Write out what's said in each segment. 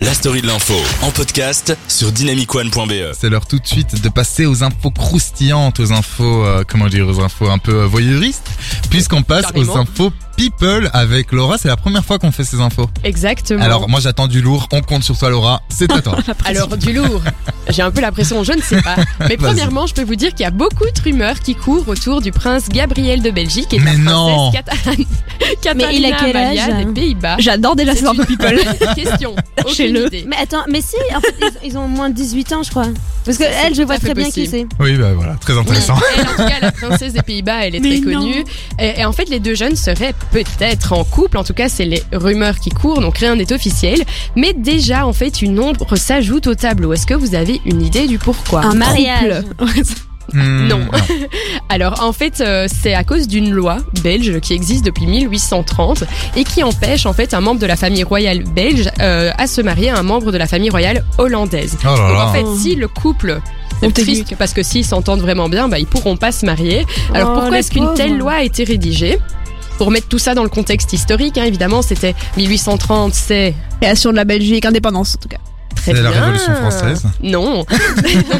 La story de l'info en podcast sur dynamicone.be. C'est l'heure tout de suite de passer aux infos croustillantes, aux infos, euh, comment dire, aux infos un peu euh, voyeuristes, puisqu'on passe aux Carrément. infos people avec Laura. C'est la première fois qu'on fait ces infos. Exactement. Alors, moi, j'attends du lourd. On compte sur toi, Laura. C'est à toi. Alors, du lourd. J'ai un peu la pression, je ne sais pas. Mais Vas-y. premièrement, je peux vous dire qu'il y a beaucoup de rumeurs qui courent autour du prince Gabriel de Belgique et de Mais la non. princesse Cata- Catalina Mais il a quel Amalia âge des Pays-Bas. Ah. J'adore déjà C'est ce genre de une people. question. Aucune Lâchez-le. idée. Mais attends, mais si, en fait, ils, ils ont moins de 18 ans, je crois. Parce que C'est- c'est elle, tout je à vois fait très bien qui possible. c'est. Oui, bah voilà, très Oui, intéressant. elle, en tout cas, la princesse des Pays-Bas, elle est Mais très non. connue. Et, et en fait, les deux jeunes seraient peut-être en couple. En tout cas, c'est les rumeurs qui courent, donc rien n'est officiel. Mais déjà, en fait, une ombre s'ajoute au tableau. Est-ce que vous avez une idée du pourquoi Un mariage. Hmm, Non. Alors en fait, euh, c'est à cause d'une loi belge qui existe depuis 1830 et qui empêche en fait un membre de la famille royale belge euh, à se marier à un membre de la famille royale hollandaise. Oh là Donc là. en fait, si le couple c'est On t'aiguille. triste parce que s'ils s'entendent vraiment bien, bah, ils pourront pas se marier. Alors Oh, pourquoi les est-ce qu'une pauvres. telle loi a été rédigée Pour mettre tout ça dans le contexte historique, hein, évidemment, c'était 1830, c'est Création de la Belgique, indépendance en tout cas. Très C'est la bien. Révolution française. Non. Donc,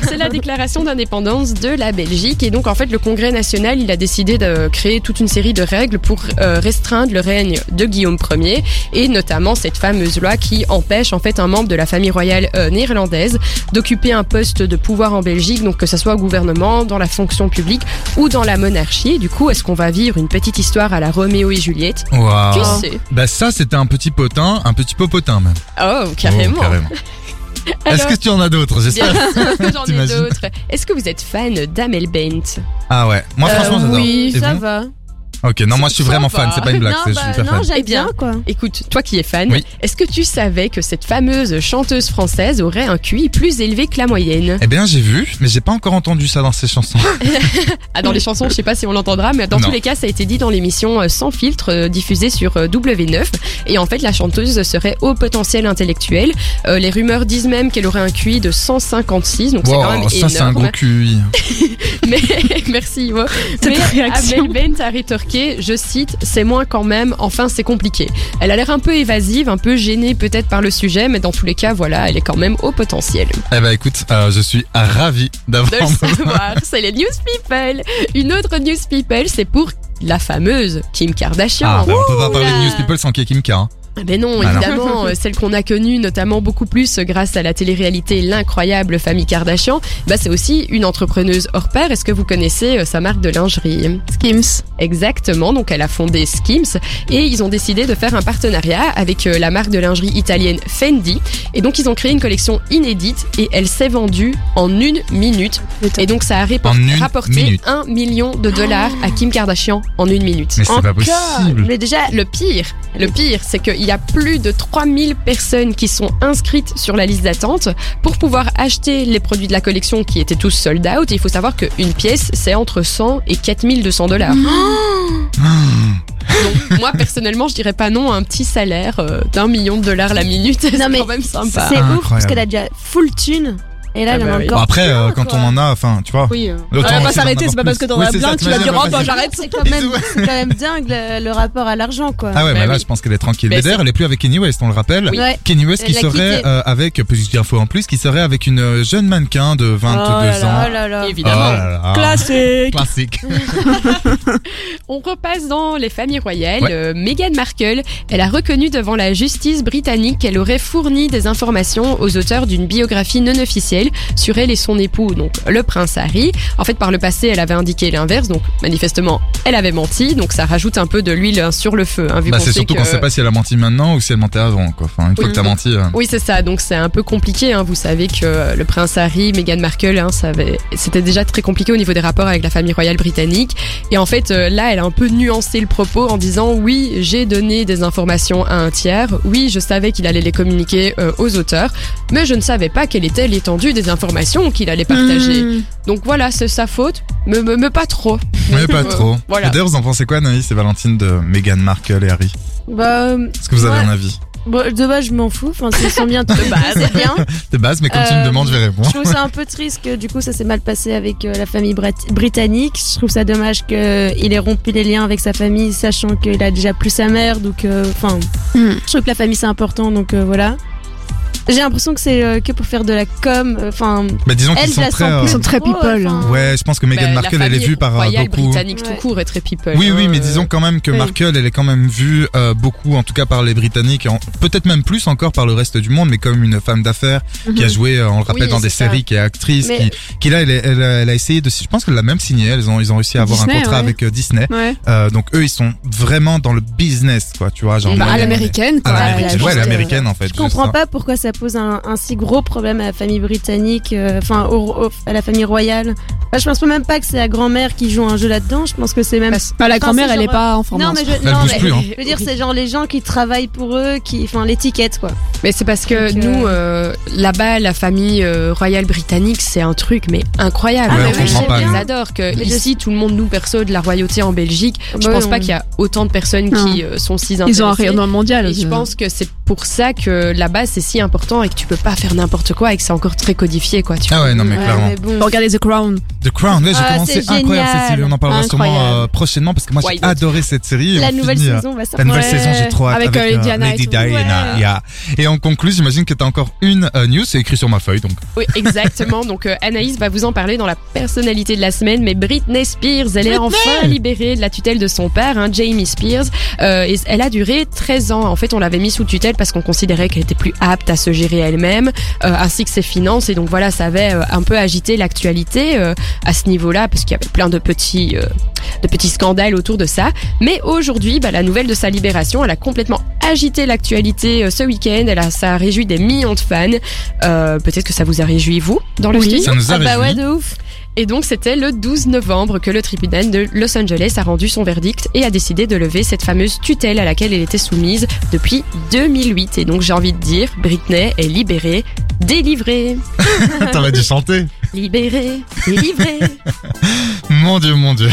c'est la déclaration d'indépendance de la Belgique. Et donc, en fait, le Congrès national, il a décidé de créer toute une série de règles pour euh, restreindre le règne de Guillaume Ier et notamment cette fameuse loi qui empêche, en fait, un membre de la famille royale euh, néerlandaise d'occuper un poste de pouvoir en Belgique, donc que ce soit au gouvernement, dans la fonction publique ou dans la monarchie. Et du coup, est-ce qu'on va vivre une petite histoire à la Roméo et Juliette Waouh. Tu sais. Bah ça, c'était un petit potin, un petit popotin même. Oh, carrément. Oh, carrément. Est-ce que tu en as d'autres Bien J'espère. sûr que j'en ai T'imagines. d'autres. Est-ce que vous êtes fan d'Amel Bent Ah ouais. Moi, Euh, franchement, j'adore. oui, Et ça vous va. Ok, non, moi, je suis vraiment Ça va. fan. C'est pas une blague, non, c'est- je bah, suis super non, fan. j'aime Eh bien. bien, quoi. Écoute, toi qui es fan, Oui. est-ce que tu savais que cette fameuse chanteuse française aurait un QI plus élevé que la moyenne Eh bien, j'ai vu, mais j'ai pas encore entendu ça dans ces chansons. Ah, dans les chansons, je sais pas si on l'entendra, mais dans Non. tous les cas, ça a été dit dans l'émission euh, Sans filtre euh, diffusée sur euh, W9. Et en fait, la chanteuse serait au potentiel intellectuel. Euh, les rumeurs disent même qu'elle aurait un QI de 156, donc c'est quand même Wow, ça, c'est un énorme. gros QI. Mais merci Ivo. Cette Mais réaction. Abel Bent a rétorqué, je cite, c'est moins quand même, enfin c'est compliqué. Elle a l'air un peu évasive, un peu gênée peut-être par le sujet, mais dans tous les cas, voilà, elle est quand même au potentiel. Eh ben écoute, euh, je suis ravi De d'avoir. le savoir, c'est les news people. Une autre news people, c'est pour la fameuse Kim Ah, Kardashian. bah, on peut pas parler là. de News People sans Kim K. Hein. Mais non, Ah non. évidemment, euh, celle qu'on a connue notamment beaucoup plus euh, grâce à la télé-réalité L'incroyable famille Kardashian, bah c'est aussi une entrepreneuse hors pair. Est-ce que vous connaissez euh, sa marque de lingerie Skims. Exactement, donc elle a fondé Skims et ils ont décidé de faire un partenariat avec euh, la marque de lingerie italienne Fendi et donc ils ont créé une collection inédite et elle s'est vendue en une minute et donc ça a répor- En une rapporté minute. un million de dollars à Kim Kardashian en une minute. Mais c'est pas Encore. possible. Mais déjà, Le pire, le pire, c'est qu'il y a plus de 3000 personnes qui sont inscrites sur la liste d'attente pour pouvoir acheter les produits de la collection qui étaient tous sold out. Et il faut savoir qu'une pièce, c'est entre 100 et 4200 dollars. Donc, moi, personnellement, je dirais pas non à un petit salaire euh, d'un million de dollars la minute. C'est mais quand même sympa. c'est Incroyable. ouf parce qu'elle a déjà full thune. Et là, Ah elle en bah a oui. Bon, encore. après, euh, quand quoi. on en a, enfin, tu vois. Oui, euh, autant On va pas essayer d'en s'arrêter, avoir c'est pas parce que plus. t'en Oui, as c'est plein ça, que tu vas dire t'imagines, elle oh va bah pas dire- j'arrête. C'est quand même, Bisous. c'est quand même dingue le, le rapport à l'argent, quoi. Ah ouais, Bah bah là, oui. je pense qu'elle est tranquille. Bah, Mais d'ailleurs, elle est plus avec Kanye West, on le rappelle. Oui. Ouais. Kanye West qui Elle l'a serait quitté. euh, avec, petite info en plus, qui serait avec une euh, jeune mannequin de 22 oh là là, ans. oh là là. Oh évidemment. là là. Classique. Classique. On repasse dans les familles royales. Ouais. Euh, Meghan Markle, elle a reconnu devant la justice britannique qu'elle aurait fourni des informations aux auteurs d'une biographie non officielle sur elle et son époux, donc le prince Harry. En fait, par le passé, elle avait indiqué l'inverse, donc manifestement, elle avait menti, donc ça rajoute un peu de l'huile sur le feu. Hein, vu Bah, qu'on c'est sait surtout que- qu'on sait pas si elle a menti maintenant ou si elle mentait avant, quoi. Enfin, une fois Oui. que t'as menti. euh, Oui, c'est ça. Donc c'est un peu compliqué. Hein. Vous savez que euh, le prince Harry, Meghan Markle, hein, ça avait- c'était déjà très compliqué au niveau des rapports avec la famille royale britannique. Et en fait, euh, là, elle a un peu nuancé le propos en disant oui, j'ai donné des informations à un tiers. Oui, je savais qu'il allait les communiquer euh, aux auteurs, mais je ne savais pas quelle était l'étendue des informations qu'il allait partager. Hmm. Mmh. Donc voilà, c'est sa faute, mais, mais- mais pas trop. Mais pas Euh, trop. voilà. Et D'ailleurs, vous en pensez quoi, Naïs et Valentine, de Meghan Markle et Harry Bah, euh, Est-ce que vous avez Ouais. un avis bon, de base, je m'en fous. Enfin, s'ils sont bien tous les deux, c'est bien. De base, mais quand tu me Euh, demandes, je vais Je répondre. trouve ça un peu triste que du coup ça s'est mal passé avec euh, la famille brat- britannique. Je trouve ça dommage qu'il ait rompu les liens avec sa famille, sachant qu'il a déjà plus sa mère. Donc, euh, enfin, Hmm. je trouve que la famille c'est important. Donc euh, voilà. J'ai l'impression que c'est euh, que pour faire de la com. euh, Enfin, Bah, disons elle, qu'ils je sont la très. sens plus Ils euh, sont très trop, people, hein. enfin, Ouais, je pense que Meghan Bah, Markle, la elle est famille vue par euh, royale beaucoup. britannique Ouais. tout court est très people. Oui, hein, oui, mais euh, disons quand même que oui. Markle, elle est quand même vue euh, beaucoup, en tout cas par les Britanniques, et en- peut-être même plus encore par le reste du monde, mais comme une femme d'affaires qui a joué, euh, on le rappelle, Oui, dans des c'est ça. séries, qui est actrice, Mais- qui, qui là, elle, est- elle, a- elle a essayé de, je pense qu'elle l'a même signé, elles ont, ils ont réussi à avoir un Disney, contrat ouais. avec euh, Disney. Ouais. Euh, donc eux, ils sont vraiment dans le business, quoi, tu vois, genre. Bah, vraiment, à on est- l'américaine, À quoi. l'américaine, l'américaine, ouais, à juste, l'américaine, en fait. Je comprends juste, hein. pas pourquoi ça pose un, un si gros problème à la famille britannique, euh, enfin au- au- à la famille royale. Enfin, je pense même pas que c'est la grand-mère qui joue un jeu là-dedans. Je pense que c'est même. Bah, Bah, la Enfin, grand-mère, c'est elle est genre- pas en forme. non, hein. mais je, Elle non, bouge mais plus, hein. je veux dire, c'est genre les gens qui travaillent pour eux, qui, enfin l'étiquette quoi. Mais c'est parce que Donc, euh, nous, euh, là-bas, la famille euh, royale britannique, c'est un truc, mais incroyable. Ah, Ouais, mais on oui, comprend c'est pas. bien. nous. Ils adorent que Mais je- ici tout le monde nous perso de la royauté en Belgique. Je Bah, pense pas on- qu'il y a autant de personnes qui euh, sont si intéressées. Ils ont un rayonnement mondial. euh. Et je pense que c'est pour ça que là-bas c'est si important et que tu peux pas faire n'importe quoi et que c'est encore très codifié quoi. Tu Ah vois. ouais, non, mais clairement. mais bon. Regardez The Crown. The Crown, ouais, j'ai Ah, commencé c'est incroyable cette génial. série, on en parlera sûrement euh, Incroyable. prochainement parce que moi Why j'ai not adoré cette série. et La on nouvelle finit, euh, saison va La sortir. nouvelle Ouais. saison, j'ai trop hâte. Avec, euh, euh, Diana et Lady tout. Diana, Ouais. yeah. Et on conclut, j'imagine que t'as encore une euh, news, c'est écrit sur ma feuille, donc. Oui, exactement. Donc euh, Anaïs va vous en parler dans la personnalité de la semaine, mais Britney Spears, elle Britney est enfin libérée de la tutelle de son père, hein, Jamie Spears. Euh, et elle a duré 13 ans. En fait, on l'avait mis sous tutelle parce qu'on considérait qu'elle était plus apte à se gérer elle-même, euh, ainsi que ses finances. Et donc voilà, ça avait euh, un peu agité l'actualité euh, à ce niveau-là, parce qu'il y avait plein de petits, euh, de petits scandales autour de ça. Mais aujourd'hui, bah, la nouvelle de sa libération, elle a complètement agité l'actualité euh, ce week-end. Elle a, ça a réjoui des millions de fans. Euh, peut-être que ça vous a réjoui vous dans le Oui. studio. Ça nous a Ah bah ouais, réjouis. de ouf. Et donc c'était le 12 novembre que le tribunal de Los Angeles a rendu son verdict et a décidé de lever cette fameuse tutelle à laquelle elle était soumise depuis 2008. Et donc j'ai envie de dire, Britney est libérée, délivrée, T'aurais dû chanter. libérée, délivrée. Mon dieu, mon dieu.